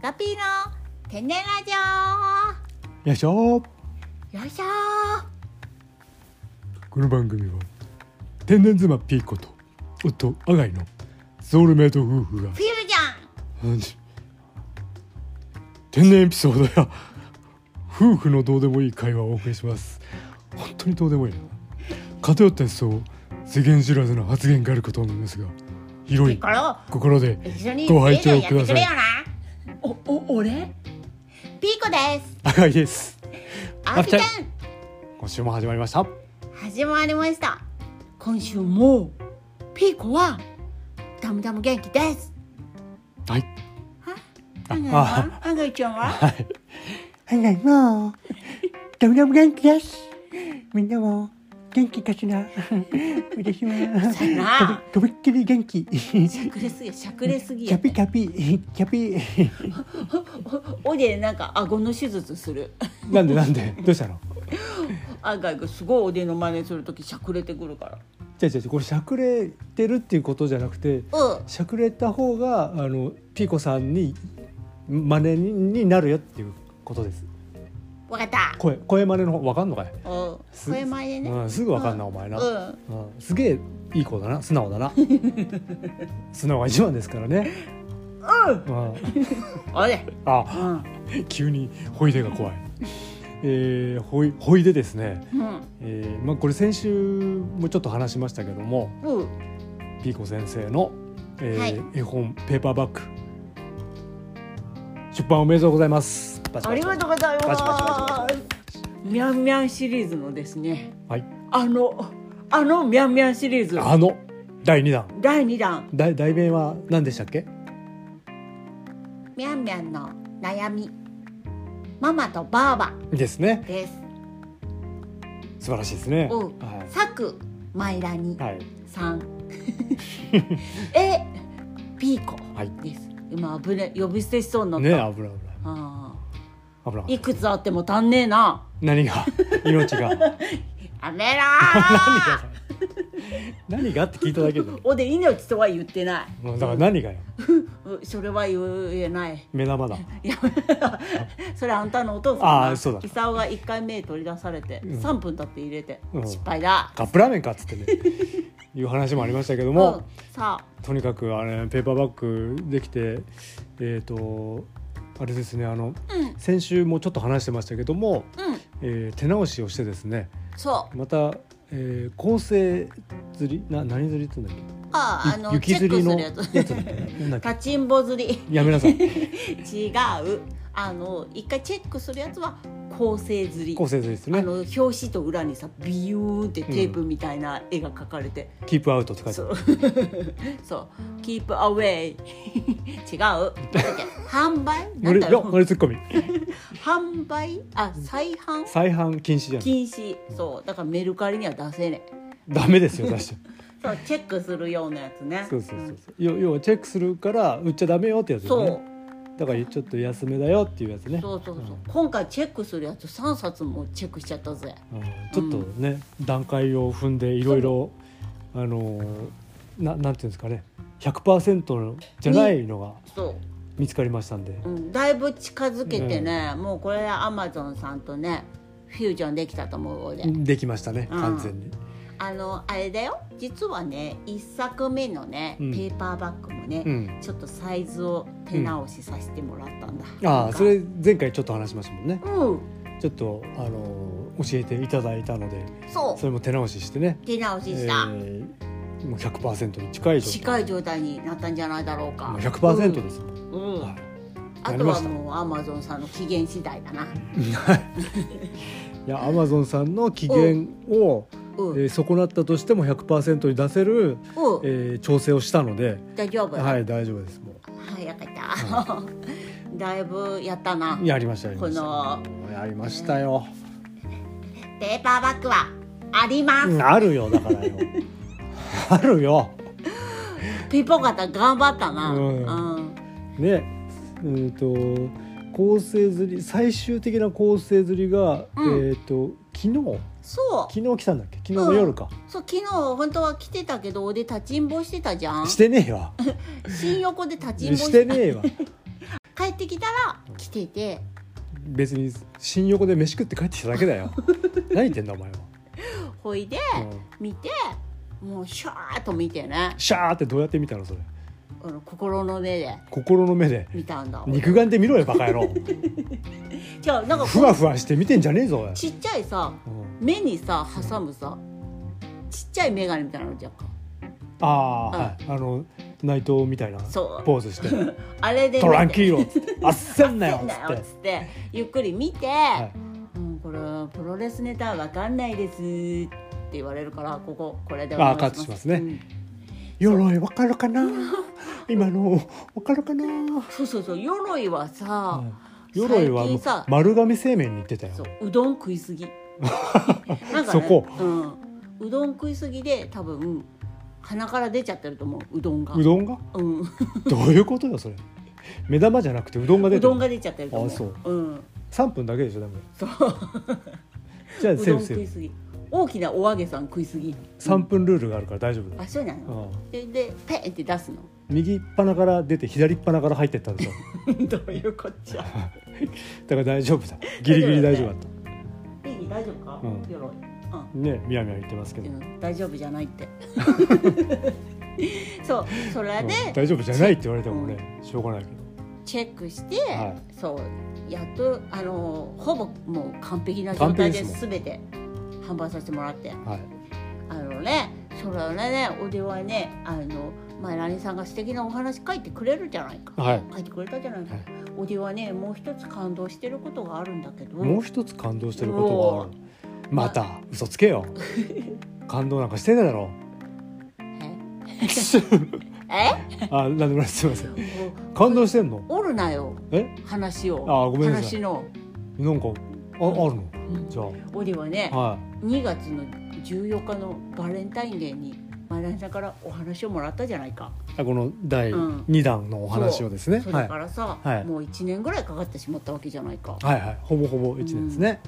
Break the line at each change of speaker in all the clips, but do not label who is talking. タピーの天然ラジ
よいしょ
オよいしょ
この番組は天然妻ピーコと夫アガイのソウルメイト夫婦が
フィルじゃ
天然エピソードや夫婦のどうでもいい会話をお送りします本当にどうでもいいな偏った思想世間知らずの発言があるかと思いますが広い
んだか
心で
ら一緒に
ご拝
ビール
聴
やっ
く
て
だ
く
さ
れ
い
よなお、お、俺ピーコです
アガイです
アフィちゃ
アフ
ん
今週も始まりました
始まりました今週もピーコはダムダム元気です
はい
アガイはアガイちゃんは
はい
はいはい、もう、ダムダム元気です。みんなも、元気かし ら。私は、
さよなら
とびとびっきり元気。
し
キ
ゃくれすぎしゃくれすぎ
ャピキャピ、キャピ。
おおでなんか顎の手術する
なんでなんでどうしたの
アガイがすごいおでの真似するときしゃくれてくるから
じゃじゃこれしゃくれてるっていうことじゃなくて
うん
しゃくれた方があのピーコさんに真似になるよっていうことです
わかった
声声真似の方わかんのかい
うん
す
声前でね
うん、すぐわかんな、お前な、
うん
うんすげえいい子だな素直だ な素直が一番ですからねうん、
あれ、
あ
うん、
急にほいでが怖いえー、ほいほいでですね、
うん、
えーまあ、これ先週もちょっと話しましたけども
うん、
ピーコ先生の、えー
はい
絵本「ペーパーバッグ」出版おめでとうございます。パチ
あ
パチ
り
パ
が
チ
とうござい
パチパチパ
ま
チ
す。ミャンミャンシリーズのですね、
はい、
あの、あのミャンミャンシリーズ。
あの第二弾
第二弾、
だ題名は何でしたっけ
ミャンミャンの悩み。ママとバーバ
ですね
です。
素晴らしいですね
うん
は
作、マイラニ
い、はい、
さ ん。え、ピーコ
はい
です。今危ね、呼び捨てしそうになった。
ねえ危ない
あ
危ない
ーい
危ない
くつあっても足んねえな。
何が 命が何が
やめ ろー
何がって聞いただけで
おで命とは言ってない。
うんだから何がよ
うそれは言えない。
目玉だ
いや それあんたのお父さん
あーそうだ
イサオが1回目取り出されて、
うん
3分経って入れて、
うん
失敗だ。
カップラーメンかっつってねいう話もありましたけど
う
も、
んさ
とにかくあれペーパーバッグできてえっ、とあれですねあの
あ、うん
先週もちょっと話してましたけども、
うん
えー手直しをしてですね
そう。
また、えー、構成釣りな何釣りって言うんだっけ
ああのチ
雪
ェッ
釣
ク
り
す
の
る
や
や
つ
つ。
だっけなんだっけ
立ちんぼ釣り
やめなさ い
違う。あの一回チェックするやつは構成釣り。
構成釣りです
あ
ね
の表紙と裏にさビューンってテープみたいな絵が描かれて、
キープアウトって書いて
そ
ある
う そう「keep away」違う なんだっけ販売
乗
なん
り
だ
の
ろ
乗
う
りツッコミ
販売あ再販
再販禁止じゃん
禁止そうだからメルカリには出せねえ
ダメですよ出して
そうチェックするようなやつね
そうそうそうそう要要はチェックするから売っちゃダメよってやつです
そう
ねだからちょっと安めだよっていうやつね
そうそうそう今回チェックするやつ3冊もチェックしちゃったぜ
うんちょっとね、段階を踏んでいろいろあのーななんていうんですかね100%じゃないのが
そ
見つかりましたんで、
う、うん、だいぶ近づけてね、もうこれアマゾンさんとねフュージョンできたと思う俺
できましたね
うん
完全に、
あのあれだよ実はね一作目のね、
うん
ペーパーバッグもね、
うん
ちょっとサイズを手直しさせてもらったんだ、
あ
なん
あ
か
それ前回ちょっと話しましたもんね
うん
ちょっとあのー教えていただいたので
そ
そうれも手直ししてね、
手直
え
しした、
ー、もう100%に近い状態
近い状態になったんじゃないだろうか
もう100%です、
うん、うん
はい
あ
やり
と
ま
は
した
もうアマゾンさんの期限次第だな、
いやアマゾンさんの機嫌を、
うん
えー損なったとしても100%に出せ
う
る、
ん、
えー調整をしたので、
大丈夫、
はい大丈夫ですも
早かった、 だいぶやったな
うやりましたやりました
この
もうやりましたよ、
ペーパーバッグはあります、
うんあるよだからよ あるよ
ピポ型頑張ったな、
うん
うん
ねうんと構成釣り最終的な構成釣りが、
うん
えっ、と昨日
そう
昨日来たんだっけ昨日の夜か、
そう昨日本当は来てたけど 俺立ちんぼしてたじゃん
してねえわ
新横で立ちんぼ
してねえわ
帰ってきたら来てて
別に新横で飯食って帰ってきただけだ よ何言ってんだお前は、
ほいで
うん
見てもうシャーッと見てね
シャーってどうやって見たのそれ
あの心の目で
心の目で
見たんだ
肉眼で見ろよバカ野 郎
じゃあなんか
ふ
こ
わ
う
ふわして見てんじゃねえぞおい
ちっちゃいさ
うん
目にさ挟むさちっちゃい眼鏡みたいなのあるじゃんか
ああー、はいあの内藤みたいな
そう
ポーズ して
あれで
トラン
見
キ
て
ーロっつってあっせんなよ
せん
っつ
なよっ
っ
つ
て
ってゆっくり見て、
はい
うん、これプロレスネタわかんないですって言われるからこここれでお願
あー
い
カットしますね
うん
鎧わかるかな今のわかるかな
そうそうそう鎧はさ、
うん鎧は
最
もう
近さ
丸亀製麺に行ってたよ
そううどん食いす ぎなんか、ね、
そこ
うん、うどん食いすぎで多分鼻から出ちゃってると思ううどんが
うどんが
うん、
どういうことよそれ目玉じゃなくてうどんが出
う
て
どん
る
が出ちゃってると思う
あそう、
うん、
3分だけでしょでも
そう
じゃあ
う
セ
どん
ーフセ
食い
ーフ
すぎ大きなお揚げさん食いすぎ
3分ルールがあるから大丈夫だ
あ
よ、
そうな
う
の、
ん、
ででペンって出 すの
右っ鼻から出て左っ鼻から入ってったでしょ
どういうこっちゃ
だから大丈夫だギリギリ大丈夫だった
ペンギン大丈夫か、
うん
鎧うん
ねみやみや言ってますけど、
うん大丈夫じゃないって そうそれ
うん
で
大丈夫じゃないって言われてもねしょうがないけど
チェックして、
は
そうやっとあのほぼもう完璧な状
完璧
態
で
です
もん
全て販売させてもらって
はい
あのねそれはね腕はねあの前ラニさんが素敵なお話書いてくれるじゃないか
はい
書いてくれたじゃないか、
はい
腕はねもう一つ感動してることがあるんだけど
もう一つ感動してることがあるまた嘘つけよ感動なんかしてないだろ
え
あなんでもないすいません
え
感動してんの
おおるなよ
え
話を
あごめんなさい
話の、
なんかああるの
うん
じゃ
俺はね、
あは
2月の14日のバレンタインデーにマランさんからお話をもらったじゃないか
いあこの第
うん
二弾のお話をですね、
そ
は
れ
い
か、らさ、
はい
もう1年ぐらいかかってしまったわけじゃないか
はいはいほぼほぼ一年ですね、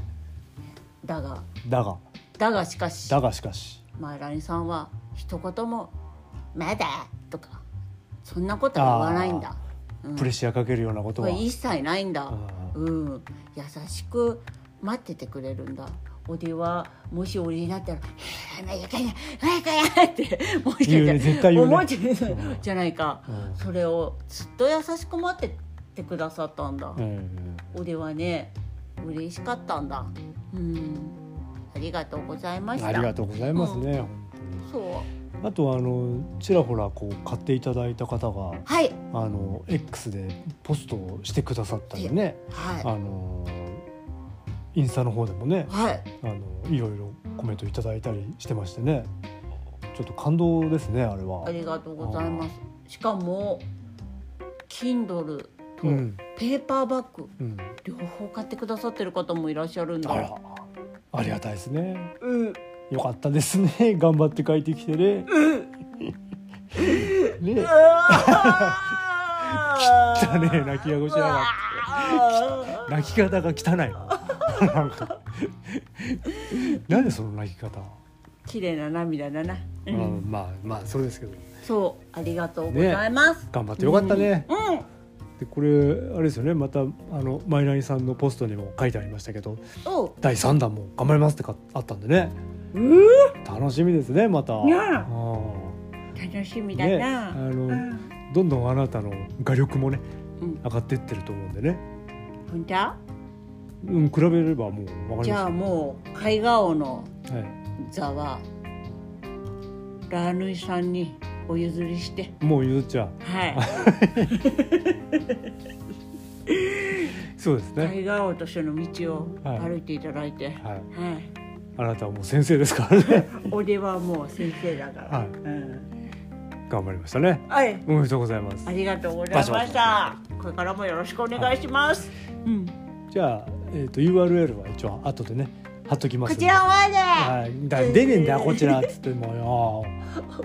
だが
だが
だがしかし
だがしかし
マランさんは一言も「まだ!」とかそんなことは言わないんだ、うん
プレッシャーかけるようなこと
こ
は、
れ一切ないんだ
あー
うん優しく待っててくれるんだ俺はもし俺になったら「早くや早くや!」ってもしか
言う
した
ね
ら
絶対言うね
思っちゃうじゃないか、
うん
それをずっと優しく待っててくださったんだ、
うんうん
俺はね嬉しかったんだうんありがとうございました
ありがとうございますね、
そう
あとはあのちらほらこう買っていただいた方が
はい
あの X でポストをしてくださったりね、
は
あのインスタの方でもね
いはい
あのいろいろコメントいただいたりしてましてねちょっと感動ですねあれは
あ。りがとうございますしかも Kindle と
うん
ペーパーバッグ、
うん、
両方買ってくださってる方もいらっしゃるん
あ
だ
らありがたいですね。
うん
よかったですね 頑張って書いてきてね。ね 汚ねえ泣きやごしやが
が
泣き方が汚い ななんかなんでその泣き方、
綺麗な涙だな、う
うんん、まあまあそうですけど
そうありがとうございます、
頑張ってよかったね、
うんうん
でこれあれですよねまたあのマイナリさんのポストにも書いてありましたけど
おう
第3弾も頑張りますってかあったんでね
う
楽しみですねまた、
ね
う
ー楽しみ
ん
だ
ねあ
な、う
の
ん
どんどんあなたの画力もね
うん
上がってってると思うんでね、
ほんと
うん、比べればもう分かり
じゃあ
ま
もう絵画王の
すはい
座はラーヌイさんにお譲りして
もう譲っちゃう
は
そうです
い
ね、
絵画王としての道を
はい
歩いていただいて、
はい、
はい
あなたはもう先生ですからね
俺はもう先生だから。
はい
うん
頑張りましたね。
はい。
おめでとうございます
あ。りがとうございました。これからもよろしくお願いします。うん。
じゃあ、えっ、と URL は一応後でね貼っときま
こ
すんで。
ちらまで。
はい。だ出ねえんだよこちらっつってもうよ。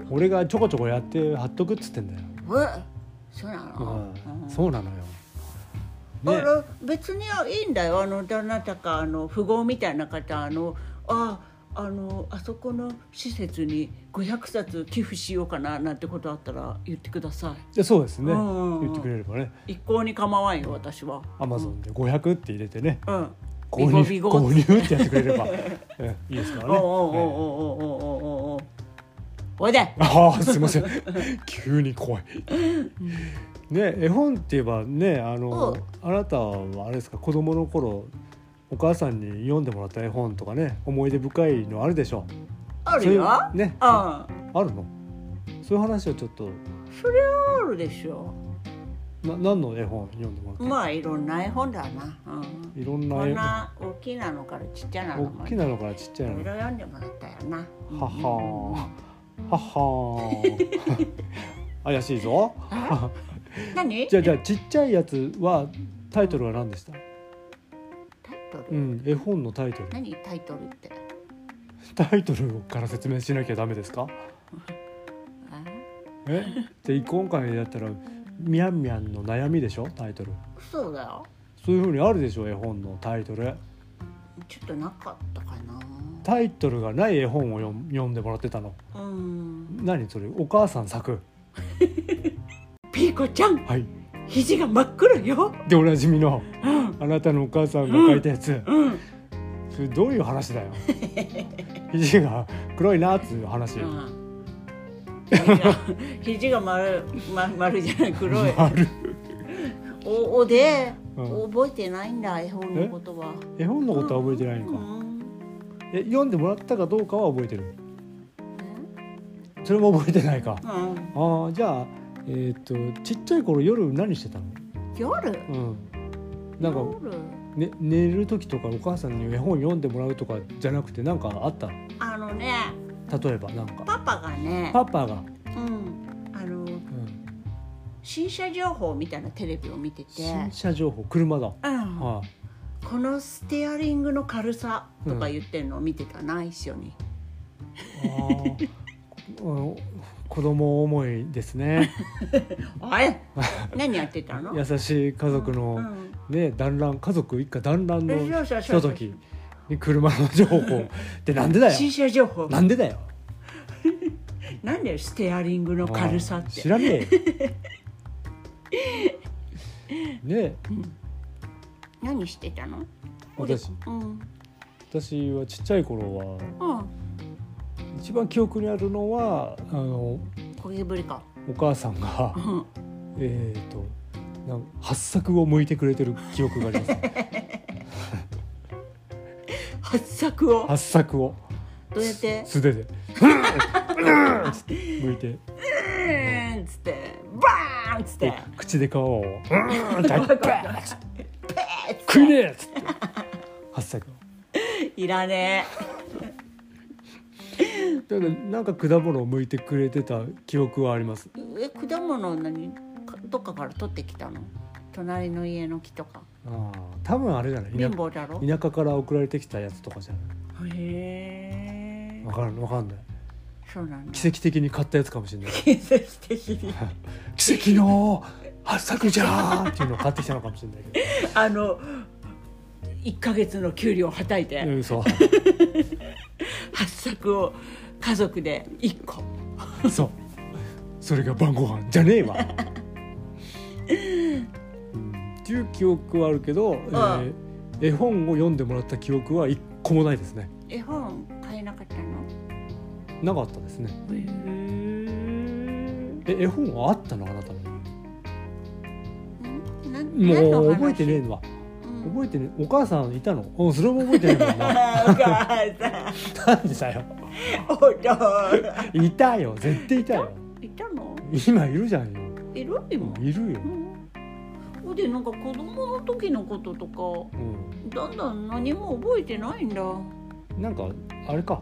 俺がちょこちょこやって貼っとくっつってんだよ。
え、そうなの。
うん。
ん
そうなのよ。
あ
ね。
の別にいいんだよ。あのどなたかあの富豪みたいな方あのああのあそこの施設に500冊寄付しようかななんてことあったら言ってくださ
でそうですね
うんうんうん
言ってくれればね
い一向に構わんよ私は
Amazon で500って入れてね
うん
購入購入ってやってくれれば えいいですから
おうお
ね
うおうおうお
ええ
うおうおうおうおいで
ああすいません急に怖いね絵本って言えばねあのあなたはあれですか子供の頃お母さんに読んでもらった絵本とかね思い出深いのあるでしょ
あるよ
そういうね
うんあ
あるのそういう話をちょっと
るでしょ
な何の絵本読んでもらった、
まあいろんな絵本だな、うん、
いろん
こ
なん絵
な大きなのからちっちゃなの
本
ま
大
で
きなのからちっちゃい
いろい
の
ろ読んでもらったよな
ははーははー 怪しいぞ
うん 何
じゃあじゃあちっちゃいやつはタイトルは何でした
タイトル、
うん絵本のタイトル
何タイトルって
タイトルから説明しなきゃダメですか
あ
えで今回だったらミャンミャンの悩みでしょタイトル
そうだよ
そういうふうにあるでしょ絵本のタイトル
ちょっとなかったかな
タイトルがない絵本を読ん読んでもらってたの
うん
何それお母さん作
ピーコちゃん
はい
肘が真っ黒よ
でおなじみ のあなたのお母さんが書いたやつ、
うん
それどういう話だ よ肘が黒いなっつう話、
うん 肘が肘が丸、ま、丸じゃない黒い
ある
おおで、
うん
覚えてないんだ絵本のことは
絵本のことは覚えてないのか、
うん
え読んでもらったかどうかは覚えてるそれも覚えてないか
うん、
ああじゃあえーっ、とちっちゃい頃夜何してたの
夜
うんなんか、
夜
ね、寝る時とかお母さんに絵本読んでもらうとかじゃなくてなんかあった
あのね
の例えばなんか
パパがね
パパが、
うんあの
うん、
新車情報みたいなテレビを見てて、
新車情報車だ、
うん、
は
このステアリングの軽さとか言ってるのを見てたな、一緒に
いあー あの子供思いですね
おい何やってたの
優しい家族の、
うん
ね団らん家族一家団らんの
えそうそうそう
ひとときに車の情報ってなんでだよ
新車情報
なんでだよ
なんでステアリングの軽さっ
あー
て
知ら ねえよね
何してたの
私
うん
私はちっちゃい頃は
うん
一番記憶にあるのはあの
こげぶりか
お母さんが
うん
えっ、となん八作を向いてくれてる記憶があります
発作を
八作を
どうやって
素 手で向いて
「うーん」っつって「バーン!」っつって
で口で皮をうんって入ってバーン
「ペー!」っつ
食い
っ
ねえっつって八作
ていらねえ
だからなんか果物を剥いてくれてた記憶はあります
え果物を何かどっかから取ってきたの隣の家の木とか
ああ多分あれじゃない
貧
田
乏だろ
田舎から送られてきたやつとかじゃない
へえ
わかんわかんない
そうなんだ
奇跡的に買ったやつかもしれない
建設的に
奇跡の八作じゃーっていうのを買ってきたのかもしれないけ
あの1ヶ月の給料をはたいて
どうんそ
発作を家族で1個
うそうそれが晩ご飯じゃね えわ、うん、っていう記憶はあるけど、えー絵本を読んでもらった記憶は一個もないですね
絵本買えなかったの
なかったですね
うん
え絵本はあったのあなたの
な何の
も
話
う覚えてねえのは
うん
覚えてねえお母さんいたのうんそれも覚えてないもんな
あーお母
なんでだよ
さんお父さ
いたよ絶対いたよ
んいたの
今いるじゃんよ
いる今
いるよ
う、んほんでなんか子供の時のこととか
う、
だんだん何も覚えてないんだ、うん
なんかあれか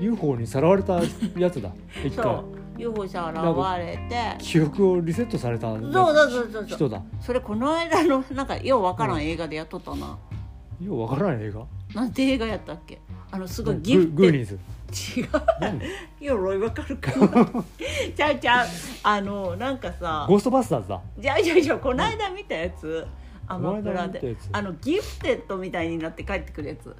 UFO にさらわれたやつだ一回
そう UFO さん現れて
記憶をリセットされた
そうそうそうそうそう
人だ
それこの間のなんかようわからん映画でやっとったな、
ようわからない映画
なんて映画やったっけあのすご
グ
いギフ
ーグーニ
テ
ーズ
違
何
うよロイわかる かなちゃうちゃうあのなんかさ
ゴーストバスターズだ
じゃあじゃあじゃあこの間見たやつア
この
マプ
間
ラ
見たや
で
つ
あのギフテッドみたいになって帰ってくるやつ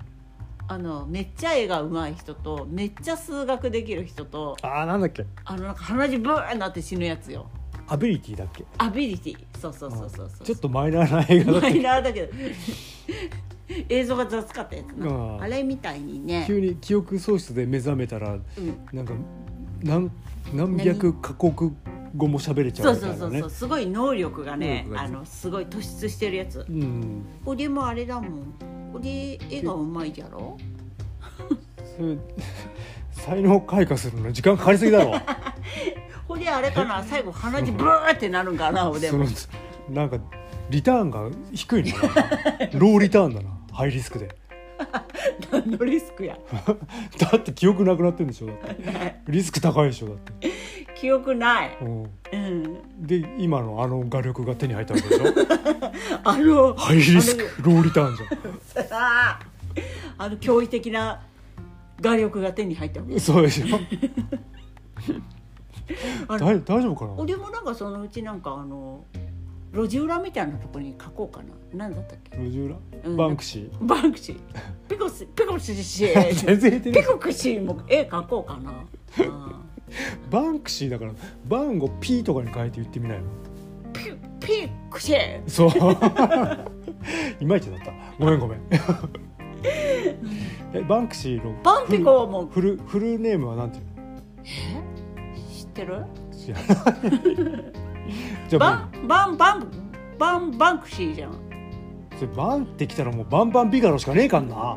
あのめっちゃ絵が上手い人とめっちゃ数学できる人と
あーなんだっけ
あのなんか鼻血ブーンなって死ぬやつよ
アビリティだっけ
アビリティそうそうそうそうそう
ちょっとマイナーな映画だ
マ
ったけ
イ
ど
ナーだけど映像が雑かったやつな
ああ
あれみたいにね、
急に記憶喪失で目覚めたら
うん、
なんか何何百カ国語も喋れちゃ
そうう
みたい
そ
な
う
ね
そうそうすごい能力がね
能力が
あのすごい突出してるやつ
うん
俺もあれだもん俺絵がうまいじゃろ
それ才能開花するのに時間かかりすぎ だろ
ほれあれかな最後鼻血ブーってなるんかな俺
そ
も
のなんかリターンが低い のかなローリターンだなハイリスクで
何のリスクや
だって記憶なくなってるんでしょだってリスク高いでしょだって、
記憶ない、
う
うん、
ん、で今のあの画力が手に入ったわけでしょ
あの
ハイリスク
あ
ローリターンじゃ
のあーあの驚異的な画力が手に入った
んそうでしょ
あの
大大丈夫かな
俺もなんかそのうちなんかあの路地裏みたいなところに書こうかな何だったっけ
路地裏
うん
バンクシ
バンク シーピコスピコシシ
ー 全然言ってない
ピコクシーも絵描こうかなあ
バンクシーだから番号 P とかに変えて言ってみないの
ーピピクシー
そういまいちだったごめんごめんえバンクシーの
バンピコも
フルフルネームはなんていう の
知ってる
知らないじゃ
バ
あ
ンバンバンバンバンクシーじゃん
もうそれバンってきたらもうバンバンビガロしかねえかんな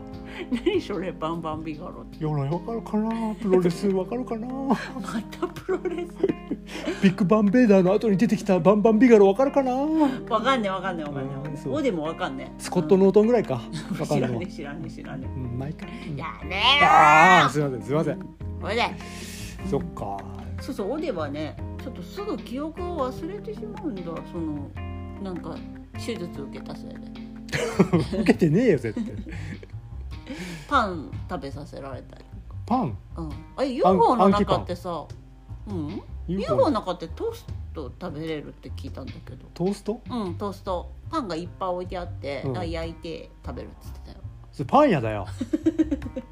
何それバンバンビガロって
世の中わかるかなプロレスわかるかな
またプロレ
ビッグバンベーダーの後に出てきたバンバンビガロわかるかな
スわかんねえわかんねえわかんねえわかん
あ
ね
ー
え
そう
オでもわかんねえ
スコット・ノートンぐらいかわか
知
ん
ら
のは
ねえ知らねえ知らね
うん毎回う
え
ん
やめ
ああ
ろ
すいませんすいません
ほいで
そっか
そうそうオではねちょっとすぐ記憶を忘れてしまうんだそのなんか手術受けたせいで
受けてねえよ絶対
パン食べさせられたり
パン
うんあれ UFO の中ってさうん
UFO
UFO の中ってトースト食べれるって聞いたんだけど
トースト
うんトーストパンがいっぱい置いてあって、
うん
あ焼いて食べるっつってたよ
それパン屋だよ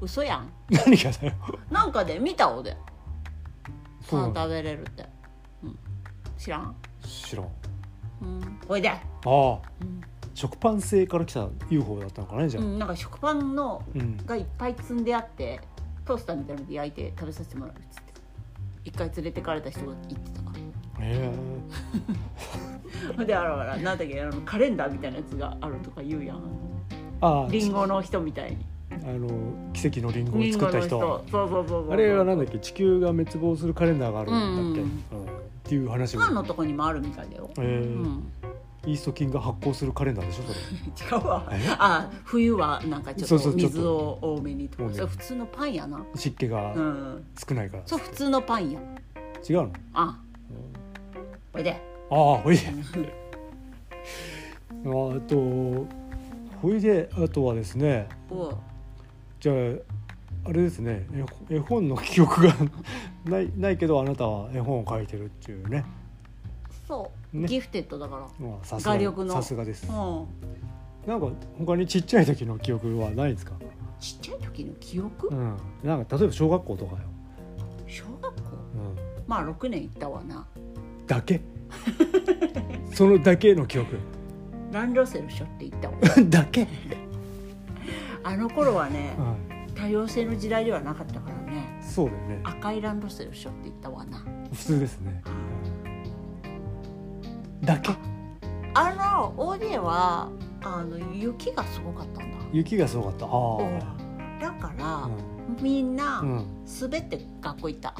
嘘やん
何がだよ
なんかで見たおで
そう
パ
な
ン
んだ
食べれるって、うん、知らん
知らんあ
うんおいで、
あ
うん
食パン製から来た UFO だったのかねじゃあ
うんなんか食パンの
うん
がいっぱい積んであってトースターみたいなので焼いて食べさせてもらうっつって一回連れてかれた人が言ってたから
へ
であらあらなんだっけあのカレンダーみたいなやつがあるとか言うやん
えああ
リンゴの人みたいに
あの奇跡のリンゴ
リ
を
ン
作
ゴ
っ
の
た
人
人
そうそうそうそう
あれはなんだっけ地球が滅亡するカレンダーがあるんだっけ、うんっていう話も
パンのとこにもあるみたいだよ、
え
うん
ーイースト菌が発酵するカレンダーでしょそれ
違うわ
え
あ冬はなんかち
そ
ょ
う
っ
そ
と
うちょっと
水を多めにと
多
か
め
それ普通のパンやな
湿気が
うん
少ないから、
そう普通のパンや
違うの
あおいで
ああほいであとほいであとはですね
お う
じゃああれですね絵本絵本の記憶が ないないけどあなたは絵本を書いてるっていうね、
そう、
ね
ギフテッドだから
まあ、さす
画
が
力の
さすがです
うん
なんか他にちっちゃい時の記憶はないんですか、
ちっちゃい時の記憶、
うん、なんか例えば小学校とかよ、
小学校
う、
まあ6年行ったわなん
だけ そのだけの 記憶
ランドセルしょって行ったわ
だけ、
あの頃はね
うん、
多様性の時代ではなかったからね
そうだよね
赤いランドセルしょって言ったわな
普通ですね、うんだけ
あのオデはあの雪がすごかったんだ
雪がすごかったあ
だから
あ、、
みんな
うんうん、
滑って学校行った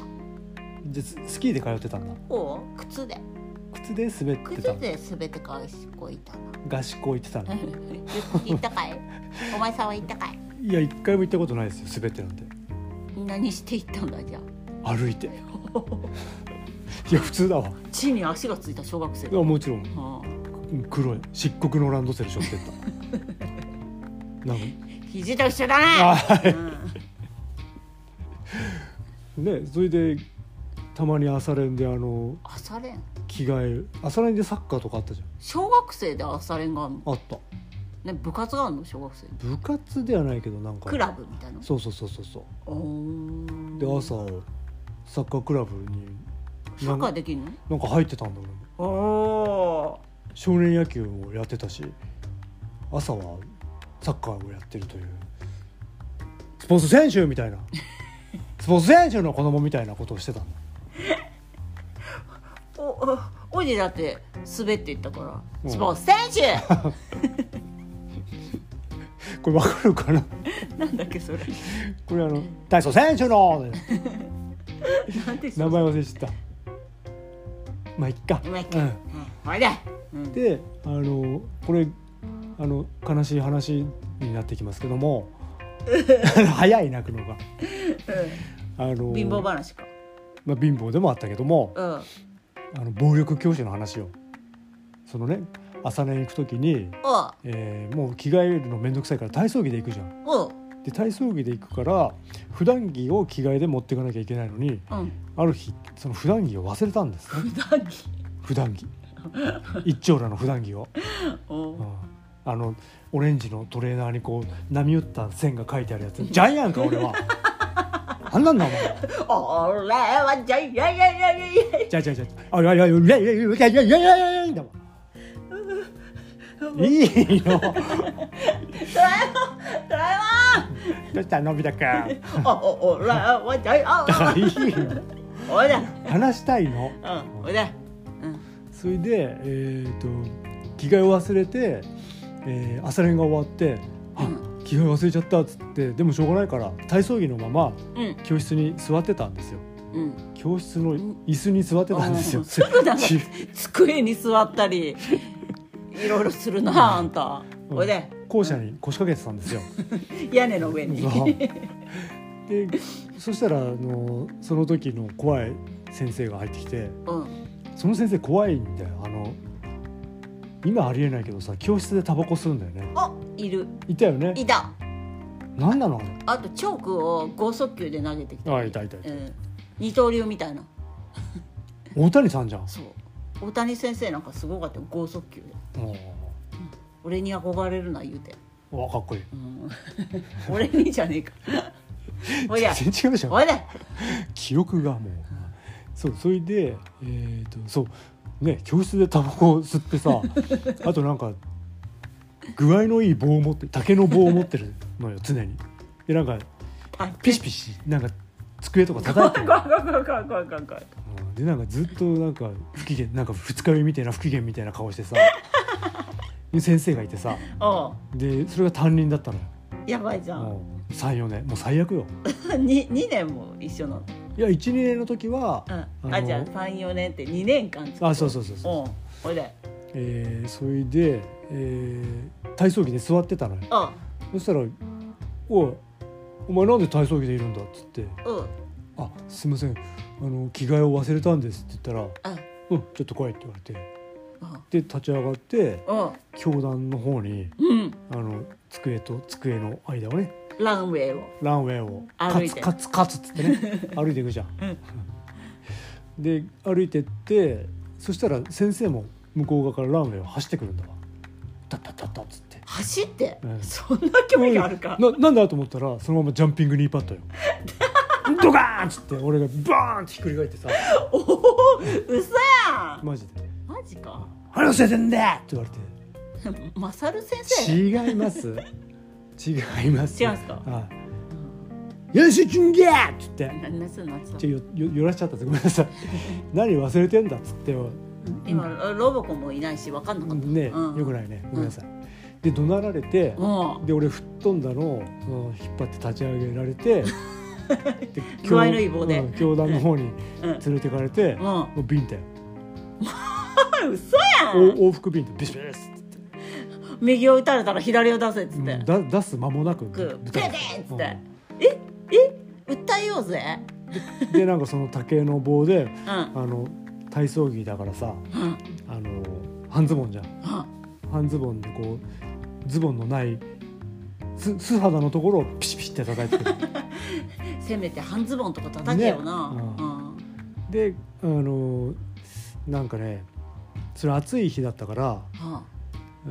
じゃあススキーで通ってたんだ
おう靴で
靴で滑って
靴
たの
で滑って学校行ったな
合宿行ってたの
行ったかいお前さんは行ったかい
いや一回も行ったことないですよ滑ってなんて
何して行ったんだじゃ
歩 いてい
あ
や普通だわ
地に足がついた小学生
いやもちろん
うん
うん黒い漆黒のランドセル背負ってったなんか
肘と一緒だ
あ
ね、うん
ねそれでたまに朝練であの
朝練
着替え朝練でサッカーとかあったじ
小学生で朝練があんの
ゃんあった
ね部活があるの小学生に
部活ではないけどなんか
クラブみたいな
そうそうそうそうそう
おー
で朝サッカークラブに
サッカーできる
なんか入ってたんだもん
のお
少年野球をやってたし朝はサッカーをやってるというスポーツ選手みたいなスポーツ選手の子供みたいなことをしてたんだ
おおおじだって滑っていったから、
うん
スポーツ選手
これわかるかな
なんだっけそれ
これあの体操選手の
なんて
名前忘れちゃったまあいっか、
まあいっ
う
か
ん
うんおいで、うん、
であのこれあの悲しい話になってきますけ ども早い泣くのがあの
うん貧乏話か
まあ、貧乏でもあったけども
うん
あの暴力教師の話をそのね朝練行く時に、
おう
えーもう着替えるの面倒くさいから体操着で行くじゃん。
おう
で体操着で行くから普段着を着替えで持っていかなきゃいけないのに
うん
ある日その普段着を忘れたんですね
普段着
普段着一丁羅の普段着を。
お
うんあのオレンジのトレーナーにこう波打った線が書いてあるやつジャイアンか俺はあんなんだお前
俺はジャイアンいやいやいやいや
じゃあじゃあじゃああいやいやいやいやいやいやいやいやいやいやいやだもんいいの
ドラえもんドラ
どうしたのび太くんだ
えもんお俺はジャイア
から
ン
いいの
おいで
話したいの
うんおいでうん
それでえっ、と着替えを忘れて、えー、朝練が終わってあ着替え忘れちゃったっつってでもしょうがないから体操着のまま
うん
教室に座ってたんですよ
うん
教室の椅子に座ってたんです
う
よ
んすぐだな机に座ったりいろいろするなあんた
うん
おいで
校舎に腰掛けてたんですよ
屋根の上に
そう でそしたらあのその時の怖い先生が入ってきて
うん
その先生怖いんだよあの今ありえないけどさ教室でタバコ吸うんだよね
あいる
いたよね
いた
何なのあれ
あとチョークを剛速球で投げてきた、
あいたいたいた
うん、二刀流みたいな
大谷さんじゃん
そう大谷先生なんかすごかったよ剛速球で俺に憧れるな言うて、
うんわかっこいい
うん、俺にじゃねえかおいで
全然違うじゃん
おいで
記憶がもうそうそれでえー、とそうね教室でタバコを吸って さあとなんか具合のいい棒を持って竹の棒を持ってるのよ常にでなんか
はい
ピシピシなんか机とか叩いて る
怖い怖い怖い怖い怖い怖い怖い
うんでなんかずっとなんか不機嫌なんか二日酔いみたいな不機嫌みたいな顔して さで先生がいてさ
おう
でそれが担任だったのよ
やばいじゃん
もう34年もう最悪よ
2, 二年も一緒なの
いや12年の時は
う
あ
ん、
の
あじゃあ34年って2年間
あそうそうそうそう
うんおいで
えー、それで、えー体操着で座ってたのよ
あ
そしたら「おいお前なんで体操着でいるんだ」っつって
うん
「あすいませんあの着替えを忘れたんです」って言ったら「
あ
うんちょっと来い」って言われて
あ
で立ち上がって
うん
教団の方に
うん
あの机と机の間をね
ランウェイを
ランウェイをカ
歩い
ツ
て
カツカツっつっ てね歩いていくじゃん。で歩いてってそしたら先生も向こう側からランウェイを走ってくるんだわ。タッタッタッタッつって。
走って、
うん
そんな距離があるか、
ななんだと思ったらそのままジャンピングニー パッドよドカーンっつって俺がバーンってひっくり返ってさ
おお嘘やん
マジで「
マジか
あれ教えてんだ!」って言われて
マサル先
「
生
違います違います
違うんすか
はいよし君が!」っつって
ななすなす
ちょよよよらしちゃったんですごめん なさい何忘れてんだっつってよ
今ロボコンもいないし分かんなかった
ね、
うん
よくないねごめんなさい、で怒鳴られて、
もう
で俺吹っ飛んだのをうん引っ張って立ち上げら れてで
具合のいい棒で
うん教団の方 に
うんうん
連れてかれて、
も
もうビンタよ
嘘やん
お往復ビンタビシビシっつって
右を打たれたら左を出せっつ
う
っ
ん
て、
だ出す間もなく
グー
ぶ
ペ
た
ペ
れ
ンっつ
う
っ
ん
て、ええ訴えようぜ
でなんかその竹の棒で
うんうん
あの体操着だからさ
うん
あの半ズボンじゃん半ズボンでこうズボンのないす素肌のところをピシピシって叩いて くる
せめて半ズボンとか叩けよな、
ねう
うん
であのなんかねそれ暑い日だったから
は
あー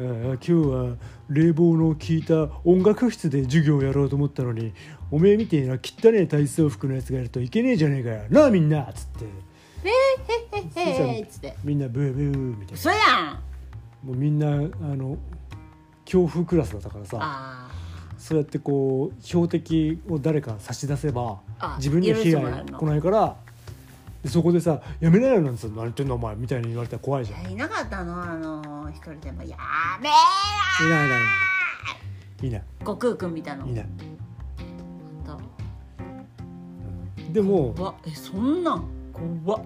今日は冷房の効いた音楽室で授業をやろうと思ったのにおめえみてえな汚ねえ体操服のやつがいるといけねえじゃねえかよなあみんなっつって
へへへっつって
みんなブーブーみたいな
嘘やん
もうみんなあの強風クラスだったからさ
あ
そうやってこう標的を誰か差し出せば
あ
自分には被
許してもらえ
害
るの
来ないからでそこでさ「やめなよ」なんてさ何言ってんのお前」みたいに言われたら怖いじゃん。
ーいなかったのあの一人でもやべえ
いないいないいない
悟空くんみたいない
ないいない
本
でも
当わえそんなん怖っ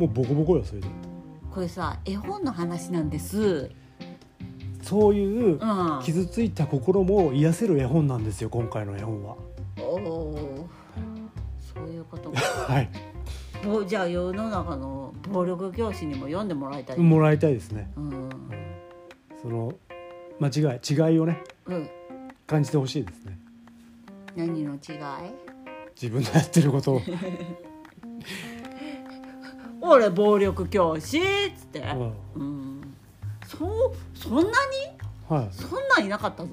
もうボコボコよそれで
これさ絵本の話なんです
そういう
うん
傷ついた心も癒せる絵本なんですよ今回の絵本は
おおそういうことか
はい
ぼじゃあ世の中の暴力教師にも読んでもらいたい、うん
もらいたいですね
うん
その間違い違いをね
うん、
感じてほしいですね
何の違い
自分のやってることを、
俺暴力教師っつって、
うん
うん、そうそんなに
はい
そんなんいなかったぞ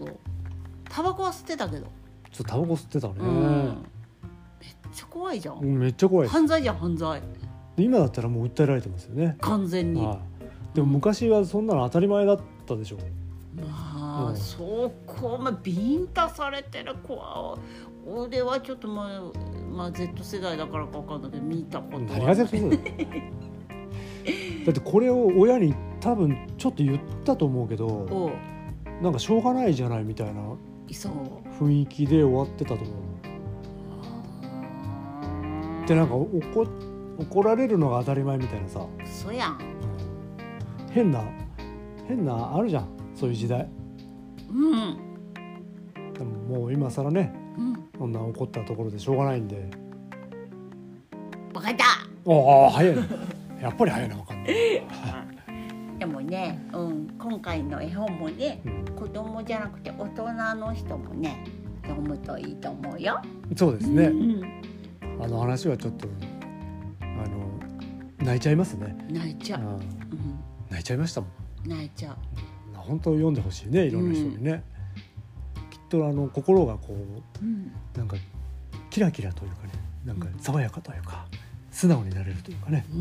タバコは吸ってたけど、
ちょっとタバコ吸ってたね、
うんめっちゃ怖いじゃん、
めっちゃ怖いです
犯罪じゃん犯罪
今だったらもう訴えられてますよね、
完全に、
はい、でも昔はそんなの当たり前だったでしょ
ま
う
あ
ん
そこまあビンタされてる子は俺はちょっとまあ、まあ、Z 世代だからかわかんないけど見たこと
何が絶対そうだよだってこれを親に多分ちょっと言ったと思うけど
を
なんかしょうがないじゃないみたいな
そう
雰囲気で終わってたと思うでなんか怒怒られるのが当たり前みたいなさ
そやん
変な変なあるじゃんそういう時代
うん
でももう今更ね
うん
そんな怒ったところでしょうがないんで
バカだ
ああ早いねやっぱり早いな分かんない、
でもね、うん、今回の絵本もね
うん
子供じゃなくて大人の人もね読むといいと思うよ。
そうです
う
ね
ん、
あの話はちょっとあの泣いちゃいますね、
泣いちゃ
う
う、
ん、
うん、
泣いちゃいましたもん
泣いちゃう、
本当読んでほしいねいろんな人にね、きっとあの心がこう
うん、
なんかキラキラというかねなんか爽やかというか素直になれるというかね
う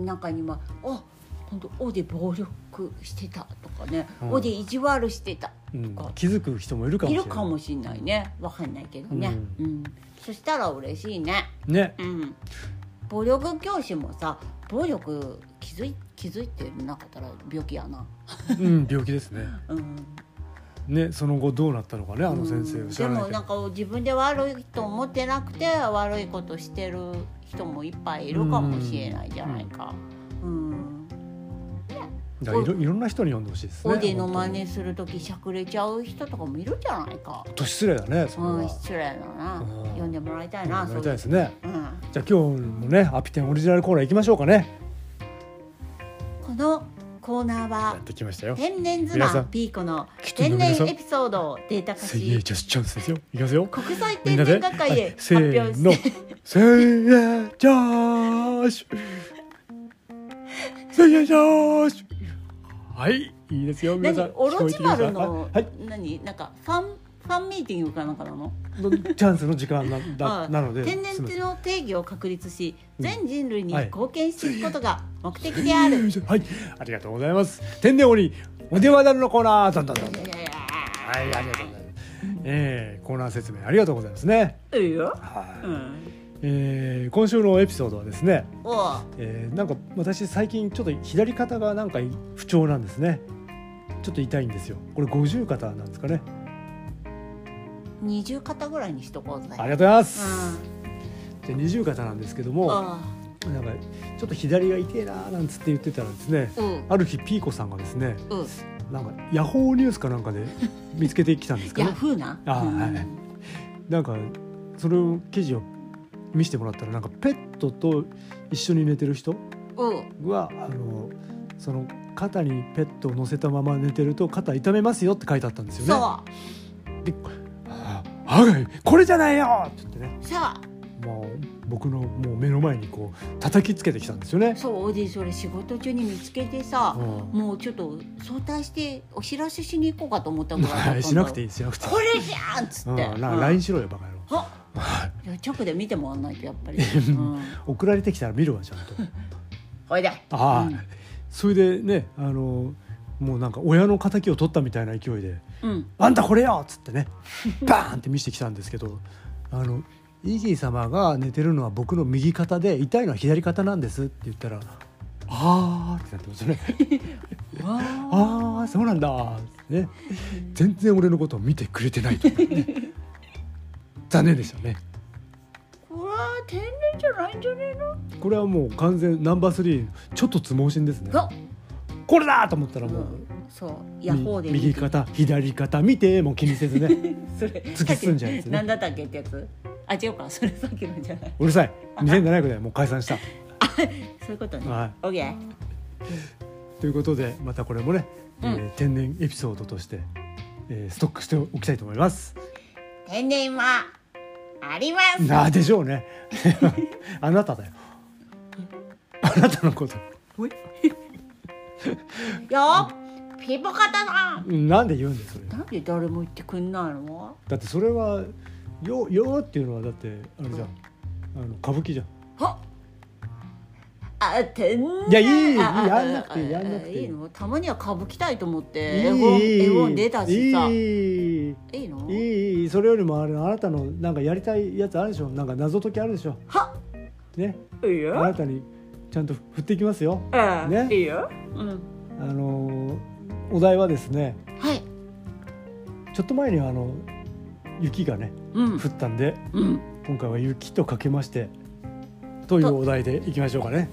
ん、中には「あ本当おで暴力してた」とかね「
うん
おで意地悪してた
うん
か
気づく人もいるかも
い
しれ
る
ない
かもしんないねわかんないけどね、う
うん
そしたら嬉しいね、
ね
うん、暴力教師もさ暴力気づい気づいてなかったら病気やな、
うん病気ですね
うん、
ねその後どうなったのかねあの先生
うん
を知
で
らない
も
けど
なんか自分で悪いと思ってなくて悪いことしてる人もいっぱいいるかもしれないじゃないか。うん
だからいろいろんな人に読んでほしいですね
おでの真似
本
する時しゃくれちゃう人とかもいるじゃないか。
当に年失礼だねそれは、
うん、失礼だな。
うん
読んでもらいたいな。。
読みたいですすね
うん。
じゃあ今日もねアピテンオリジナルコーナー行きましょうかね
このコーナーは
やってきましたよ
天然
皆さ
妻
ん
ピーコの
きっと
天
皆さ
然
ん
エピソードをデータ化
水泳
し、
チャスチャンスですよいきますよ
国際天
みんなで
然学会
は
へ
いせ
発表
ーの
して、
せーのジャーシュせーのジャーシュはいいいですよ皆さん
何オロチマルの
聞こえてき
何なんかファンファンミーティングかなんかなの？
ますはいのチャンスの時間なだ
うん
なので
天然
すみません
の定義を確立し、
うん
全人類に
はい
貢献していくことが目的である。
はいありがとうございます天然オリお電話だるのコーナーだんだんだんはい
いやいやい
ありがとうございますえー、コーナー説明ありがとうございますね
やいいよ。
はい、
うん。
えー今週のエピソードはですね
おう。
えーなんか私最近ちょっと左肩がなんか不調なんですねちょっと痛いんですよこれ五十肩なんですかね
二十肩ぐらいにしとこうぜ。
ありがとうございま
う
す、
ん。
で二十肩なんですけども
あ
なんかちょっと左が痛えなーなんつって言ってたらですね
あ。うん。
ある日ピーコさんがですね
うん。
なんかヤホーニュースかなんかで見つけてきたんですか
ヤ
ね
フーな。
あー
うん
はいなんかその記事を見せてもらったらなんかペットと一緒に寝てる人
うん。
はあのその肩にペットを乗せたまま寝てると肩痛めますよって書いてあったんですよね。
そ
でああがいこれじゃないよって言ってね
う。そう。
もう僕のもう目の前にこう叩きつけてきたんですよね。
そうオーディそれ仕事中に見つけてさ、
うん
もうちょっと早退してお知らせしに行こうかと思ったぐらいだったんだ
はい
よ
しなくていいしなくていい
こ。れじゃんっつ
う
っ
ん
て、
な
うん
LINE しろよバカ野郎。
あいや直で見てもらわないとやっぱり、
う
うんん、
送られてきたら見るわちゃんと。
これだ
ああ、
うん
それでねあのもうなんか親の敵を取ったみたいな勢いで
うん
「あんたこれよ!」っつってね バーンって見せてきたんですけどあのイギー様が寝てるのは僕の右肩で痛いのは左肩なんですって言ったら「あー」ってなってますよね
うわー
「あーそうなんだ」ってね全然俺のことを見てくれてないというね残念でしたね
これは天然じゃないんじゃねえの
これはもう完全ナンバースリーちょっとつ盲信ですね
そう
これだと思ったらもう、
そうヤホーで
右肩左肩見てもう気にせずね
それ
突き進んじゃうやつね
何だったっけってやつあ違うかそれさっきのじゃないう
るさい2700だよもう解散した、
そういうことね
は
オッケー
い、ということでまたこれもね、
うん
えー天然エピソードとして、えーストックしておきたいと思います
天然はあります
なでしょうね あなただよあなたのこと
よピポカタさん
なんで言うんですそれ
なんで誰も言ってくんないの
だってそれは「よ」よっていうのはだってあれじゃんあの歌舞伎じゃん
はあ天然
いやいいいい
ああ
やんなくていい
あ
やんなくていい
いいのたまには歌舞伎たいと思って
いい
絵本絵本出たしさい
いい
いの
いいいいそれよりもあれあなたのなんかやりたいやつあるでしょなんか謎解きあるでしょ
は
ね
いい
あ
よ
なたにちゃんと振っていきますよ
うん
ね
いいようん
あのーお題はですね
はい
ちょっと前にあの雪がね
うん
降ったんで
うん
今回は雪とかけましてというお題でいきましょうかね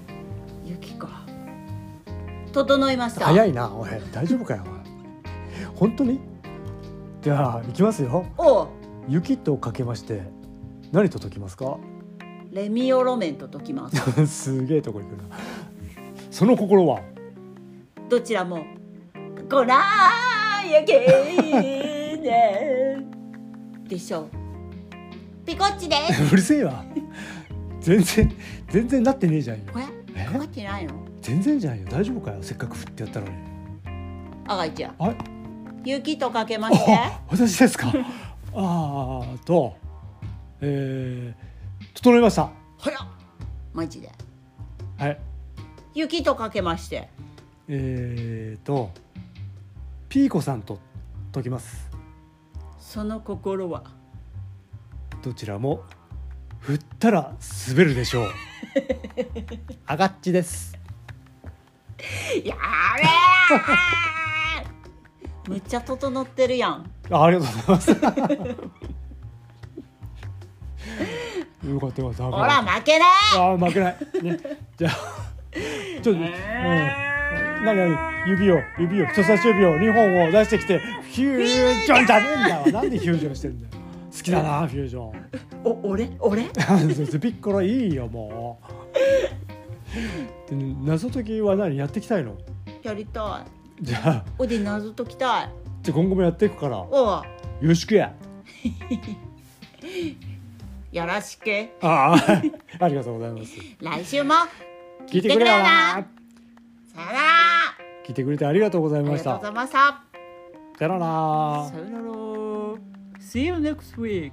雪か整いました
早
い
いなおい大丈夫かよおい本当にじゃあいきますよ
おう
雪とかけまして何と解きますか
レミオロメンと解きます
すげえとこ行くなその心は
どちらもごらんやけーねでしょうピコッチです
うるせえわ全然全然なってねえじゃんよ
これ
え
ピコッチないの
全然じゃんよ大丈夫かよせっかく振ってやったのに
あがいちゃん
あ
雪とかけまして
あ私ですか あーとえー、整いました
ほらマジで
はい
雪とかけまして
えーとピーコさんと解きます
その心は
どちらも振ったら滑るでしょ うあがっちです
やべー むっちゃ整ってるやん
あありがとうございます よかったよかった
ほら負けない
ああ負けない。ね、じゃあちょ っと、うん、何何指を指を人差し指を二本を出してきてフュージョンじゃねえんだよ。なんでフュージョンしてんだよ。好きだなフュージョ
お俺俺
ン。そうそうピッコロいいよもう。で謎解きは何やっていきたいの。
やりたい
じゃあ
おで謎解きたい
じゃあ今後もやっていくから。よ
おう
ろしくや。
よろしく
ああありがとうございます。
来週も
聞いてくれ
さ
よな。
よならあ
聞いてくれてありがとうござい
り
ま
が
し
とうご
た。
ざいました
さよなら
さよなら See you next week